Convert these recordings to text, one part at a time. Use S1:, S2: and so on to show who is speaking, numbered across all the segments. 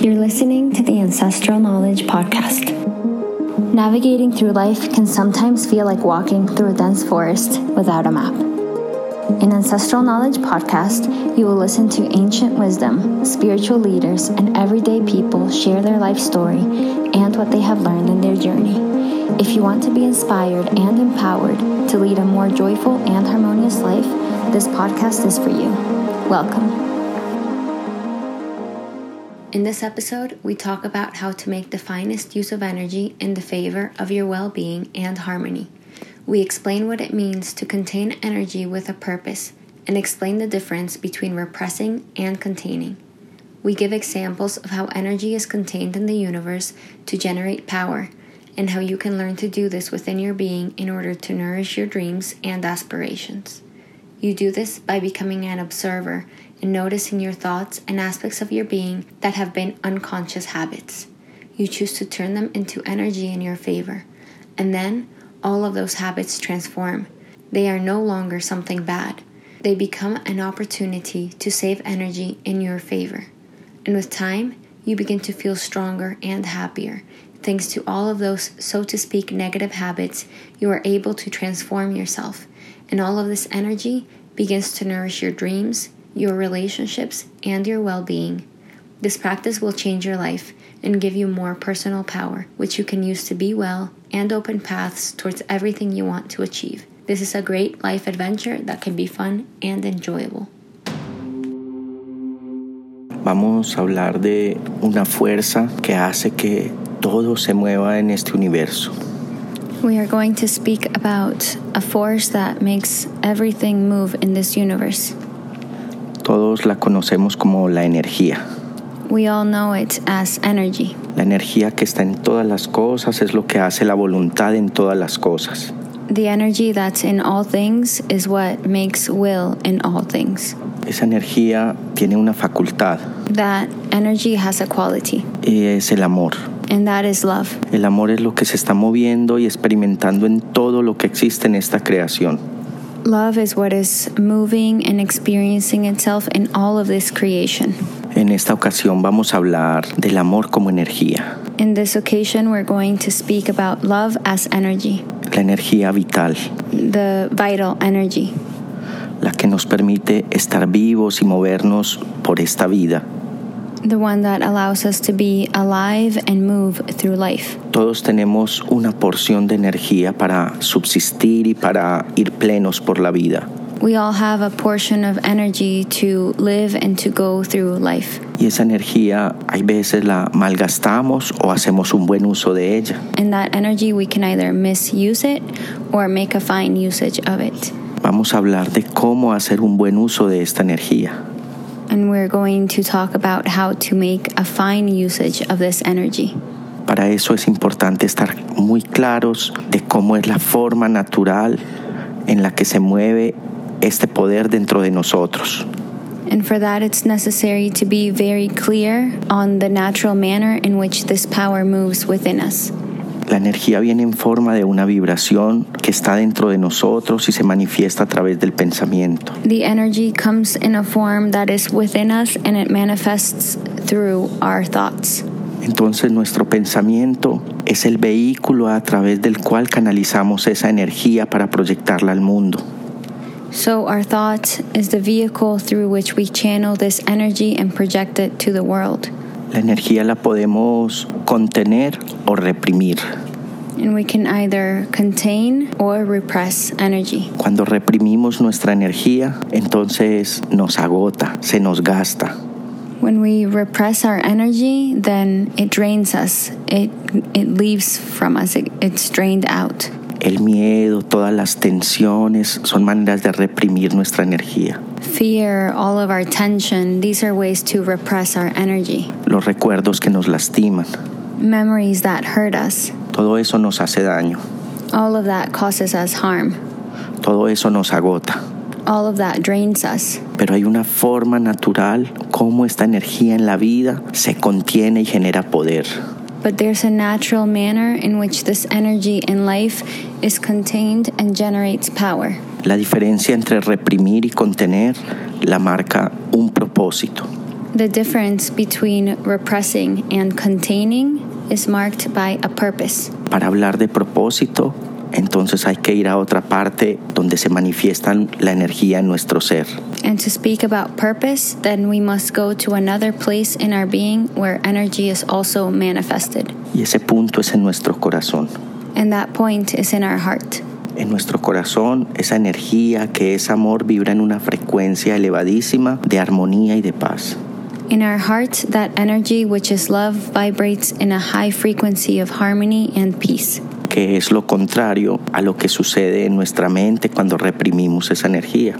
S1: You're listening to the Ancestral Knowledge Podcast. Navigating through life can sometimes feel like walking through a dense forest without a map. In Ancestral Knowledge Podcast, you will listen to ancient wisdom, spiritual leaders, and everyday people share their life story and what they have learned in their journey. If you want to be inspired and empowered to lead a more joyful and harmonious life, this podcast is for you. Welcome. In this episode, we talk about how to make the finest use of energy in the favor of your well being and harmony. We explain what it means to contain energy with a purpose and explain the difference between repressing and containing. We give examples of how energy is contained in the universe to generate power and how you can learn to do this within your being in order to nourish your dreams and aspirations. You do this by becoming an observer and noticing your thoughts and aspects of your being that have been unconscious habits. You choose to turn them into energy in your favor, and then all of those habits transform. They are no longer something bad, they become an opportunity to save energy in your favor. And with time, you begin to feel stronger and happier. Thanks to all of those, so to speak, negative habits, you are able to transform yourself. And all of this energy begins to nourish your dreams, your relationships, and your well being. This practice will change your life and give you more personal power, which you can use to be well and open paths towards everything you want to achieve. This is a great life adventure that can be fun and enjoyable.
S2: Vamos a hablar de una fuerza que hace que todo se mueva en este universo.
S1: We are going to speak about a force that makes everything move in this universe.
S2: Todos la conocemos como la energía.
S1: We all know it as energy.
S2: La energía que está en todas las cosas es lo que hace la voluntad en todas las cosas.
S1: The energy that's in all things is what makes will in all things.
S2: Esa energía tiene una facultad
S1: That energy has a quality,
S2: y es el amor.
S1: and that is love.
S2: El amor es lo que se está moviendo y experimentando en todo lo que existe en esta creación.
S1: Love is what is moving and experiencing itself in all of this creation.
S2: En esta ocasión vamos a hablar del amor como energía,
S1: In this occasion, we're going to speak about love as energy,
S2: la energía vital,
S1: the vital energy,
S2: la que nos permite estar vivos y movernos por esta vida.
S1: the one that allows us to be alive and move through life.
S2: Todos tenemos una porción de energía para subsistir y para ir plenos por la vida.
S1: We all have a portion of energy to live and to go through life.
S2: Y esa energía hay veces la malgastamos o hacemos un buen uso de ella.
S1: And that energy, we can either misuse it or make a fine usage of it.
S2: Vamos a hablar de cómo hacer un buen uso de esta energía.
S1: And we're going to talk about how to make a fine usage of this energy.
S2: Para eso es importante estar muy claros de cómo es la forma natural en la que se mueve este poder dentro de nosotros.
S1: And for that, it's necessary to be very clear on the natural manner in which this power moves within us.
S2: La energía viene en forma de una vibración que está dentro de nosotros y se manifiesta a través del pensamiento.
S1: The energy comes in a form that is within us and it manifests through our thoughts.
S2: Entonces nuestro pensamiento es el vehículo a través del cual canalizamos esa energía para proyectarla al mundo.
S1: So, our thought is the vehicle through which we channel this energy and project it to the world.
S2: La energía la podemos contener o reprimir.
S1: And we can either contain or repress energy.
S2: Cuando reprimimos nuestra energía, entonces nos agota, se nos gasta.
S1: When we repress our energy, then it drains us. It it leaves from us. It, it's drained out.
S2: El miedo, todas las tensiones son maneras de reprimir nuestra energía.
S1: Fear, all of our tension, these are ways to repress our energy.
S2: Los recuerdos que nos lastiman,
S1: Memories that hurt us,
S2: todo eso nos hace daño,
S1: all of that causes us harm.
S2: todo eso nos agota.
S1: All of that drains us.
S2: Pero hay una forma natural cómo esta energía en la vida se contiene y genera poder.
S1: But there's a natural manner in which this energy in life is contained and generates power.
S2: La diferencia entre reprimir y contener la marca un propósito.
S1: The difference between repressing and containing is marked by a purpose.
S2: Para hablar de propósito, entonces hay que ir a otra parte donde se manifiesta la energía en nuestro ser.
S1: And to speak about purpose, then we must go to another place in our being where energy is also manifested.
S2: Y ese punto es en nuestro corazón.
S1: And that point is in our heart.
S2: En nuestro corazón esa energía que es amor vibra en una frecuencia elevadísima de armonía y de paz.
S1: In our heart, that energy which is love vibrates in a high frequency of harmony and peace.
S2: que es lo contrario a lo que sucede en nuestra mente cuando reprimimos esa energía.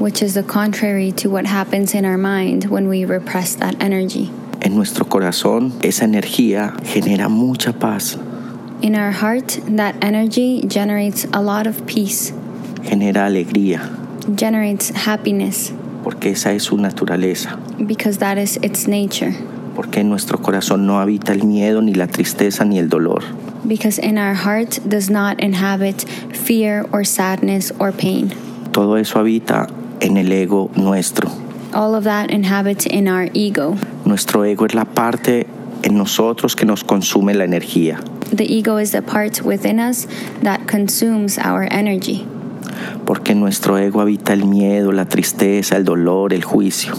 S1: which is the contrary to what happens in our mind when we repress that energy.
S2: En nuestro corazón esa energía genera mucha paz,
S1: In our heart, that energy generates a lot of peace,
S2: genera alegría,
S1: generates happiness,
S2: porque esa es su naturaleza,
S1: because that is its nature.
S2: porque en nuestro corazón no habita el miedo, ni la tristeza, ni el dolor.
S1: Because in our heart does not inhabit fear or sadness or pain.
S2: Todo eso habita en el ego nuestro.
S1: All of that inhabits in our ego.
S2: Nuestro ego es la parte en nosotros que nos consume la energía.
S1: The ego is the part within us that consumes our energy.
S2: Porque en nuestro ego habita el miedo, la tristeza, el dolor, el juicio.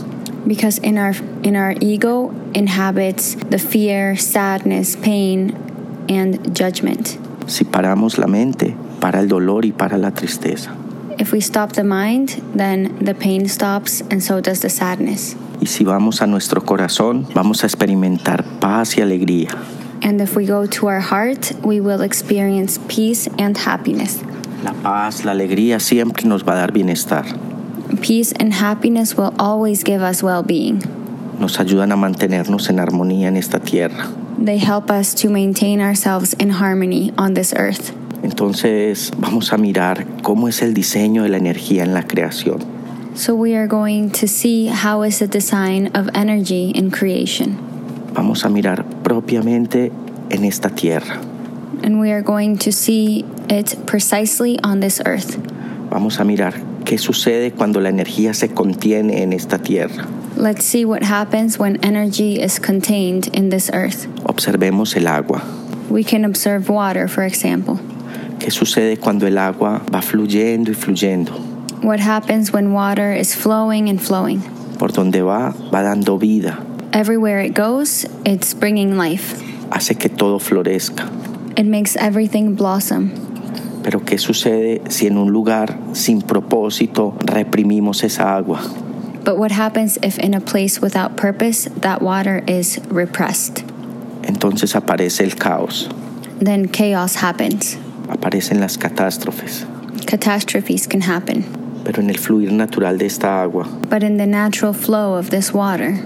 S1: because in our in our ego inhabits the fear, sadness, pain, and judgment.
S2: Si paramos la mente, para el dolor y para la tristeza.
S1: If we stop the mind, then the pain stops and so does the sadness.
S2: Y si vamos a nuestro corazón, vamos a experimentar paz y alegría.
S1: And if we go to our heart, we will experience peace and happiness.
S2: La paz, la alegría siempre nos va a dar bienestar.
S1: Peace and happiness will always give us well-being.
S2: Nos ayudan a mantenernos en armonía en esta tierra.
S1: They help us to maintain ourselves in harmony on this earth.
S2: Entonces vamos a mirar cómo es el diseño de la energía en la creación.
S1: So we are going to see how is the design of energy in creation.
S2: Vamos a mirar propiamente en esta tierra.
S1: and we are going to see it precisely on this earth.
S2: Vamos a mirar qué sucede cuando la energía se contiene en esta tierra.
S1: Let's see what happens when energy is contained in this earth.
S2: Observemos el agua.
S1: We can observe water, for example.
S2: ¿Qué sucede cuando el agua va fluyendo y fluyendo?
S1: What happens when water is flowing and flowing?
S2: Por donde va, va dando vida,
S1: Everywhere it goes, it's bringing life.
S2: hace que todo florezca.
S1: It makes everything blossom.
S2: Pero ¿qué sucede si en un lugar sin propósito reprimimos esa agua?
S1: But what happens if in a place without purpose that water is repressed?
S2: Entonces aparece el caos,
S1: Then chaos happens.
S2: aparecen las catástrofes.
S1: Catastrophes can happen.
S2: Pero en el fluir natural de esta agua,
S1: But in the natural flow of this water,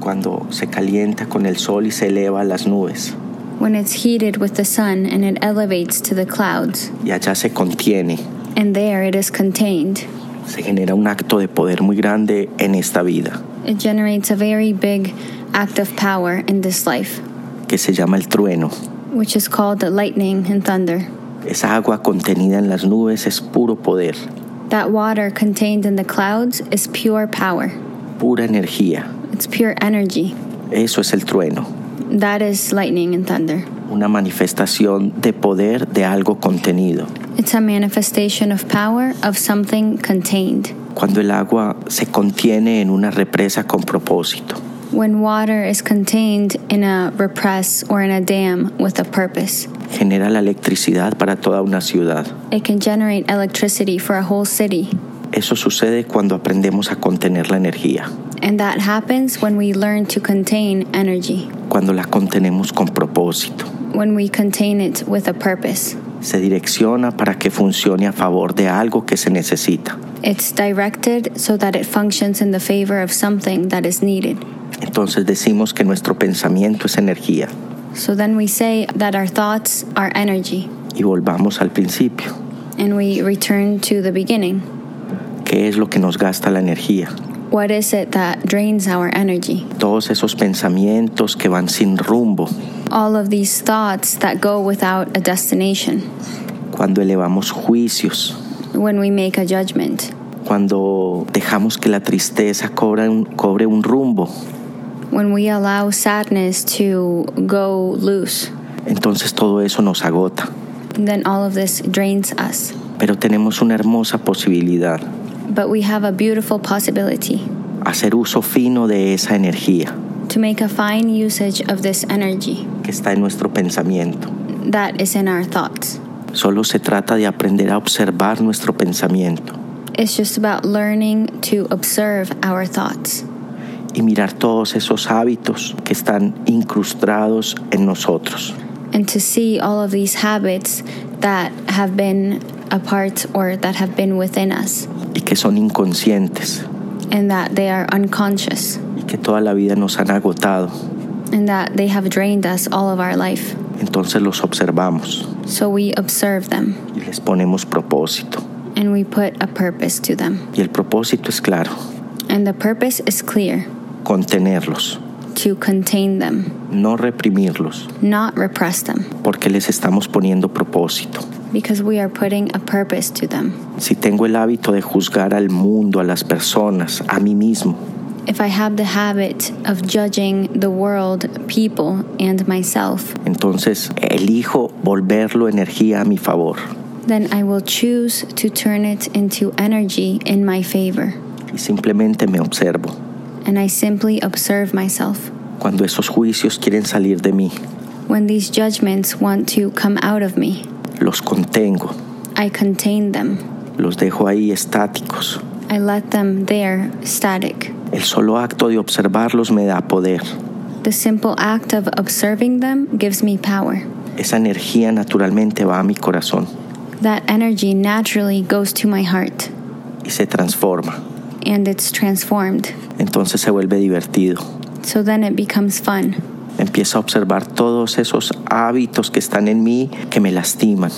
S2: cuando se calienta con el sol y se eleva a las nubes,
S1: when it's heated with the sun and it elevates to the clouds,
S2: y allá se contiene,
S1: and there it is contained.
S2: se genera un acto de poder muy grande en esta vida,
S1: It generates a very big act of power in this life,
S2: que se llama el trueno.
S1: which is called the lightning and thunder.
S2: Esa agua contenida en las nubes es puro poder,
S1: That water contained in the clouds is pure power,
S2: pura energía.
S1: it's pure energy.
S2: Eso es el trueno,
S1: That is lightning and thunder.
S2: una manifestación de poder de algo contenido.
S1: It's a manifestation of power of something contained.
S2: Cuando el agua se contiene en una represa con propósito,
S1: When water is contained in a repress or in a dam with a purpose,
S2: genera la electricidad para toda una ciudad.
S1: it can generate electricity for a whole city.
S2: Eso sucede cuando aprendemos a contener la energía,
S1: And that happens when we learn to contain energy,
S2: cuando la contenemos con propósito.
S1: when we contain it with a purpose.
S2: Se direcciona para que funcione a favor de algo que se necesita.
S1: It's directed so that it functions in the favor of something that is needed.
S2: Entonces decimos que nuestro pensamiento es energía
S1: So then we say that our thoughts are energy,
S2: y volvamos al principio.
S1: and we return to the beginning.
S2: ¿Qué es lo que nos gasta la energía?
S1: What is it that drains our energy?
S2: Todos esos pensamientos que van sin rumbo,
S1: All of these thoughts that go without a destination,
S2: cuando elevamos juicios,
S1: when we make a judgment,
S2: cuando dejamos que la tristeza cobre un, cobre un rumbo.
S1: When we allow sadness to go loose,
S2: Entonces todo eso nos agota.
S1: then all of this drains us.
S2: Pero tenemos una hermosa posibilidad,
S1: But we have a beautiful possibility
S2: hacer uso fino de esa energía
S1: to make a fine usage of this energy
S2: que está en nuestro pensamiento.
S1: that is in our thoughts.
S2: Solo se trata de aprender a observar nuestro pensamiento
S1: It's just about learning to observe our thoughts
S2: y mirar todos esos hábitos que están incrustados en nosotros.
S1: and to see all of these habits that have been apart or that have been within us
S2: y que son inconscientes
S1: and that they are unconscious
S2: y que toda la vida nos han agotado.
S1: and that they have drained us all of our life.
S2: Entonces los observamos
S1: So we observe them
S2: y les ponemos propósito.
S1: and we put a purpose to them.
S2: Y el propósito es claro,
S1: And the purpose is clear
S2: contenerlos,
S1: to contain them,
S2: no reprimirlos,
S1: not repress them,
S2: porque les estamos poniendo propósito.
S1: because we are putting a purpose to them.
S2: Si tengo el hábito de juzgar al mundo, a las personas, a mí mismo,
S1: If I have the habit of judging the world, people, and myself,
S2: entonces elijo volverlo energía a mi favor
S1: then I will choose to turn it into energy in my favor.
S2: y simplemente me observo.
S1: And I simply observe myself.
S2: Cuando esos juicios quieren salir de mí,
S1: When these judgments want to come out of me,
S2: los contengo,
S1: I contain them.
S2: los dejo ahí estáticos,
S1: I let them there, static.
S2: El solo acto de observarlos me da poder.
S1: The simple act of observing them gives me power.
S2: Esa energía naturalmente va a mi corazón
S1: That energy naturally goes to my heart
S2: y se transforma.
S1: and it's transformed.
S2: Entonces se vuelve divertido.
S1: So then it becomes fun.
S2: Empiezo a observar todos esos hábitos que están en mí que me lastiman.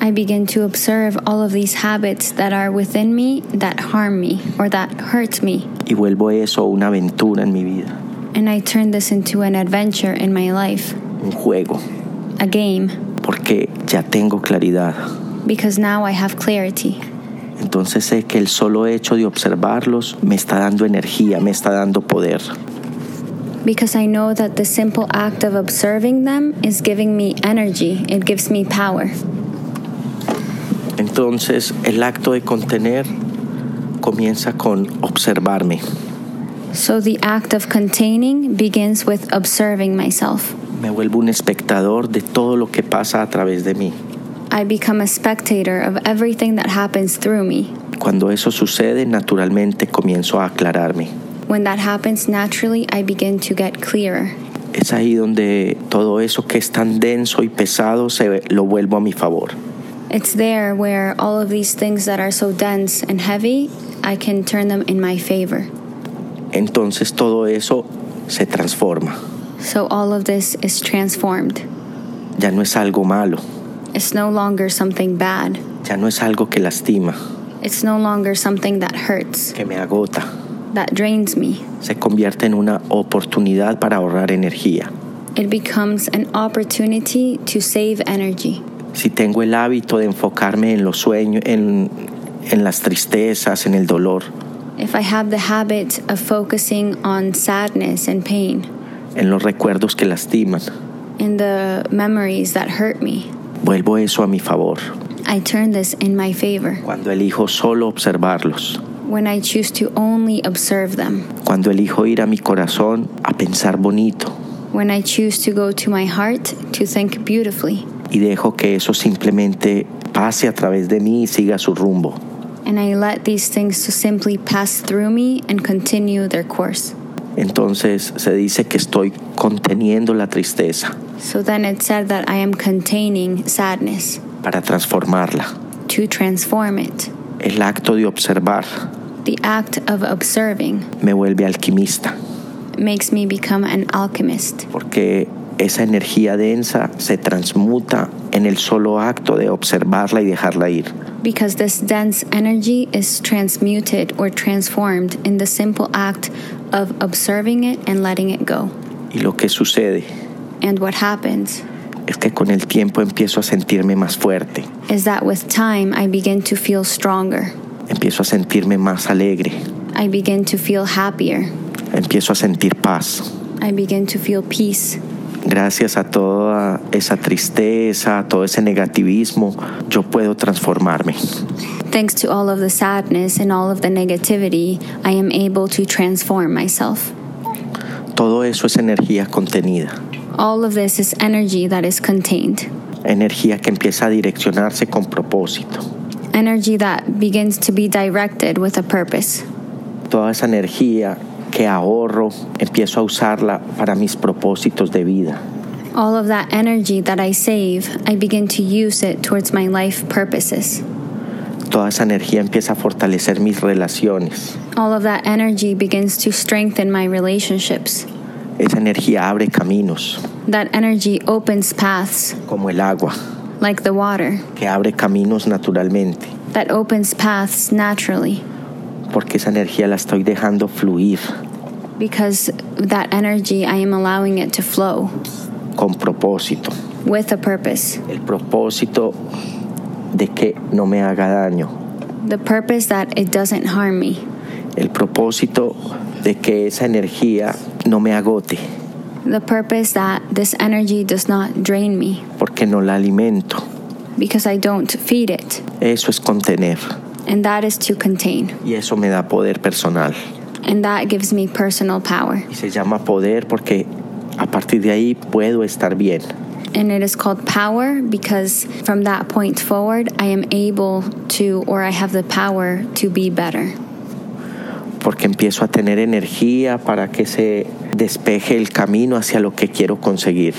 S1: I begin to observe all of these habits that are within me that harm me or that hurt me.
S2: Y vuelvo eso una aventura en mi vida,
S1: And I turn this into an adventure in my life,
S2: un juego,
S1: a game,
S2: porque ya tengo claridad.
S1: because now I have clarity.
S2: Entonces sé que el solo hecho de observarlos me está dando energía, me está dando poder.
S1: Because I know that the simple act of observing them is giving me energy, it gives me power.
S2: Entonces el acto de contener comienza con observarme.
S1: So the act of containing begins with observing myself.
S2: Me vuelvo un espectador de todo lo que pasa a través de mí.
S1: I become a spectator of everything that happens through me.
S2: Cuando eso sucede, naturalmente comienzo a aclararme.
S1: When that happens naturally, I begin to get clearer.
S2: Es ahí donde todo eso que es tan denso y pesado se ve- lo vuelvo a mi favor.
S1: It's there where all of these things that are so dense and heavy, I can turn them in my favor.
S2: Entonces todo eso se transforma.
S1: So all of this is transformed.
S2: Ya no es algo malo,
S1: It's no longer something bad.
S2: ya no es algo que lastima,
S1: It's no longer something that hurts,
S2: que me agota.
S1: that drains me.
S2: Se convierte en una oportunidad para ahorrar energía.
S1: It becomes an opportunity to save energy.
S2: Si tengo el hábito de enfocarme en los sueños, en, en las tristezas, en el dolor,
S1: If I have the habit of focusing on sadness and pain
S2: en los recuerdos que lastiman.
S1: and the memories that hurt me,
S2: Vuelvo eso a mi favor
S1: I turn this in my favor
S2: cuando elijo solo observarlos,
S1: when I choose to only observe them,
S2: cuando elijo ir a mi corazón a pensar bonito
S1: when I choose to go to my heart to think beautifully,
S2: y dejo que eso simplemente pase a través de mí y siga su rumbo.
S1: and I let these things to simply pass through me and continue their course.
S2: Entonces se dice que estoy conteniendo la tristeza
S1: So then it said that I am containing sadness
S2: para transformarla.
S1: to transform it.
S2: El acto de observar
S1: The act of observing
S2: me vuelve alquimista
S1: makes me become an alchemist
S2: porque esa energía densa se transmuta en el solo acto de observarla y dejarla ir.
S1: because this dense energy is transmuted or transformed in the simple act of observing it and letting it go.
S2: Y lo que sucede
S1: And what happens
S2: es que con el tiempo empiezo a sentirme más fuerte,
S1: is that with time I begin to feel stronger.
S2: Empiezo a sentirme más alegre.
S1: I begin to feel happier.
S2: Empiezo a sentir paz.
S1: I begin to feel peace.
S2: Gracias a toda esa tristeza, a todo ese negativismo, yo puedo transformarme.
S1: Thanks to all of the sadness and all of the negativity, I am able to transform myself.
S2: Todo eso es energía contenida,
S1: All of this is energy that is contained,
S2: energía que empieza a direccionarse con propósito.
S1: energy that begins to be directed with a purpose.
S2: Toda esa energía que ahorro, empiezo a usarla para mis propósitos de vida.
S1: All of that energy that I save, I begin to use it towards my life purposes.
S2: Toda esa energía empieza a fortalecer mis relaciones.
S1: All of that energy begins to strengthen my relationships.
S2: Esa energía abre caminos,
S1: That energy opens paths,
S2: como el agua,
S1: like the water,
S2: que abre caminos naturalmente,
S1: that opens paths naturally,
S2: porque esa energía la estoy dejando fluir
S1: because that energy I am allowing it to flow
S2: con propósito.
S1: with a purpose.
S2: El propósito de que no me haga daño.
S1: The purpose that it doesn't harm me,
S2: El propósito de que esa energía no me agote,
S1: the purpose that this energy does not drain me
S2: porque no la alimento.
S1: because I don't feed it,
S2: Eso es contener.
S1: and that is to contain.
S2: Y eso me da poder personal.
S1: And that gives me personal power.
S2: Y se llama poder porque a partir de ahí puedo estar bien.
S1: and it is called power because from that point forward I am able to or I have the power to be better
S2: Porque empiezo a tener energía para que se despeje el camino hacia lo que quiero conseguir.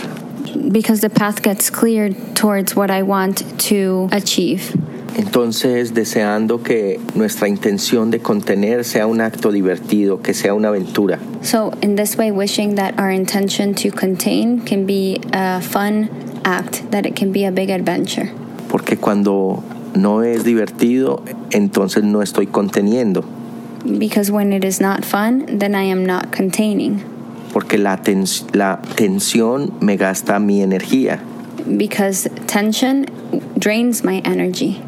S1: because the path gets cleared towards what I want to achieve.
S2: Entonces, deseando que nuestra intención de contener sea un acto divertido, que sea una aventura.
S1: So, in this way, wishing that our intention to contain can be a fun act, that it can be a big adventure.
S2: Porque cuando no es divertido, entonces no estoy conteniendo.
S1: Because when it is not fun, then I am not containing.
S2: Porque la, tens- la tensión me gasta mi energía.
S1: Because tension drains my energy.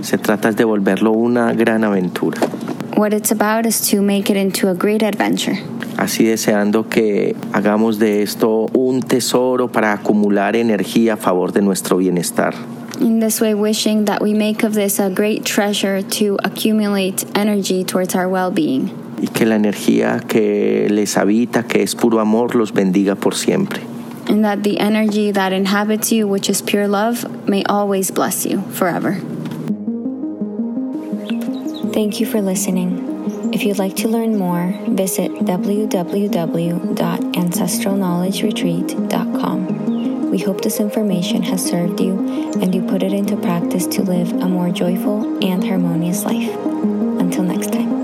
S2: Se trata de volverlo una gran aventura.
S1: What it's about is to make it into a great adventure.
S2: Así deseando que hagamos de esto un tesoro para acumular energía a favor de nuestro bienestar.
S1: In this way, wishing that we make of this a great treasure to accumulate energy towards our well being,
S2: Y que la energía que les habita, que es puro amor, los bendiga por siempre.
S1: and that the energy that inhabits you, which is pure love, may always bless you forever. Thank you for listening. If you'd like to learn more, visit www.ancestralknowledgeretreat.com. We hope this information has served you and you put it into practice to live a more joyful and harmonious life. Until next time.